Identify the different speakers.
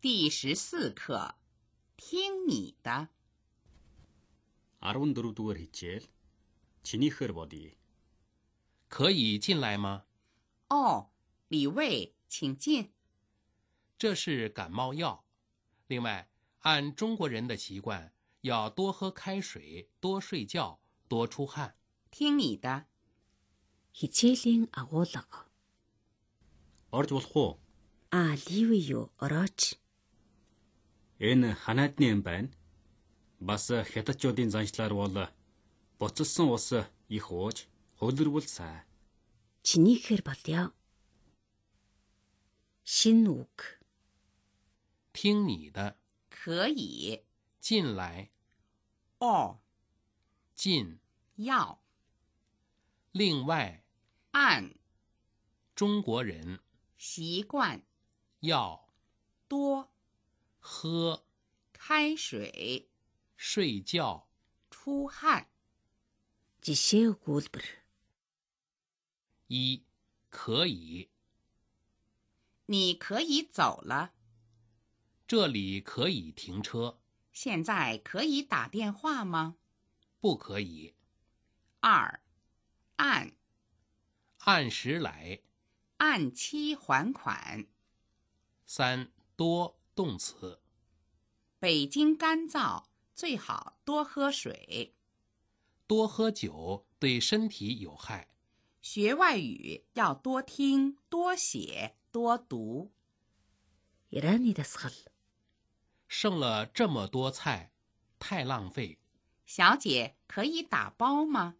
Speaker 1: 第十四课，听你的。
Speaker 2: 14-р хичээл Чинийхэр бодъё.
Speaker 3: 可以进来吗？
Speaker 1: 哦，李卫，请进。
Speaker 3: 这是感冒药。另外，按中国人的习惯，要多喝开水，多睡觉，多出汗。
Speaker 1: 听你的。
Speaker 4: хичээлийн агуулга.
Speaker 2: Орж болох уу?
Speaker 4: Аа, Ливи юу, орооч.
Speaker 2: Энэ ханаадны юм байна. Бас хятадчуудын заншлаар бол буцалсан ус их ууж хөлөрвөлсаа.
Speaker 4: Чиний хэр болё? Шин үг.
Speaker 3: 听你的，
Speaker 1: 可以
Speaker 3: 进来，
Speaker 1: 哦，
Speaker 3: 进。
Speaker 1: 要
Speaker 3: 另外，
Speaker 1: 按
Speaker 3: 中国人
Speaker 1: 习惯
Speaker 3: 要
Speaker 1: 多
Speaker 3: 喝、
Speaker 1: 开水、
Speaker 3: 睡觉、
Speaker 1: 出汗。
Speaker 4: Жишээ өгүүлбэр.
Speaker 3: 一可以，
Speaker 1: 你可以走了，
Speaker 3: 这里可以停车，
Speaker 1: 现在可以打电话吗？
Speaker 3: 不可以
Speaker 1: 二，按
Speaker 3: 按时来。
Speaker 1: 按期还款。
Speaker 3: 三多动词。
Speaker 1: 北京干燥，最好多喝水。
Speaker 3: 多喝酒对身体有害。
Speaker 1: 学外语要多听、多写、多读。
Speaker 4: Ираны дасгал.
Speaker 3: 剩了这么多菜，太浪费。
Speaker 1: 小姐，可以打包吗？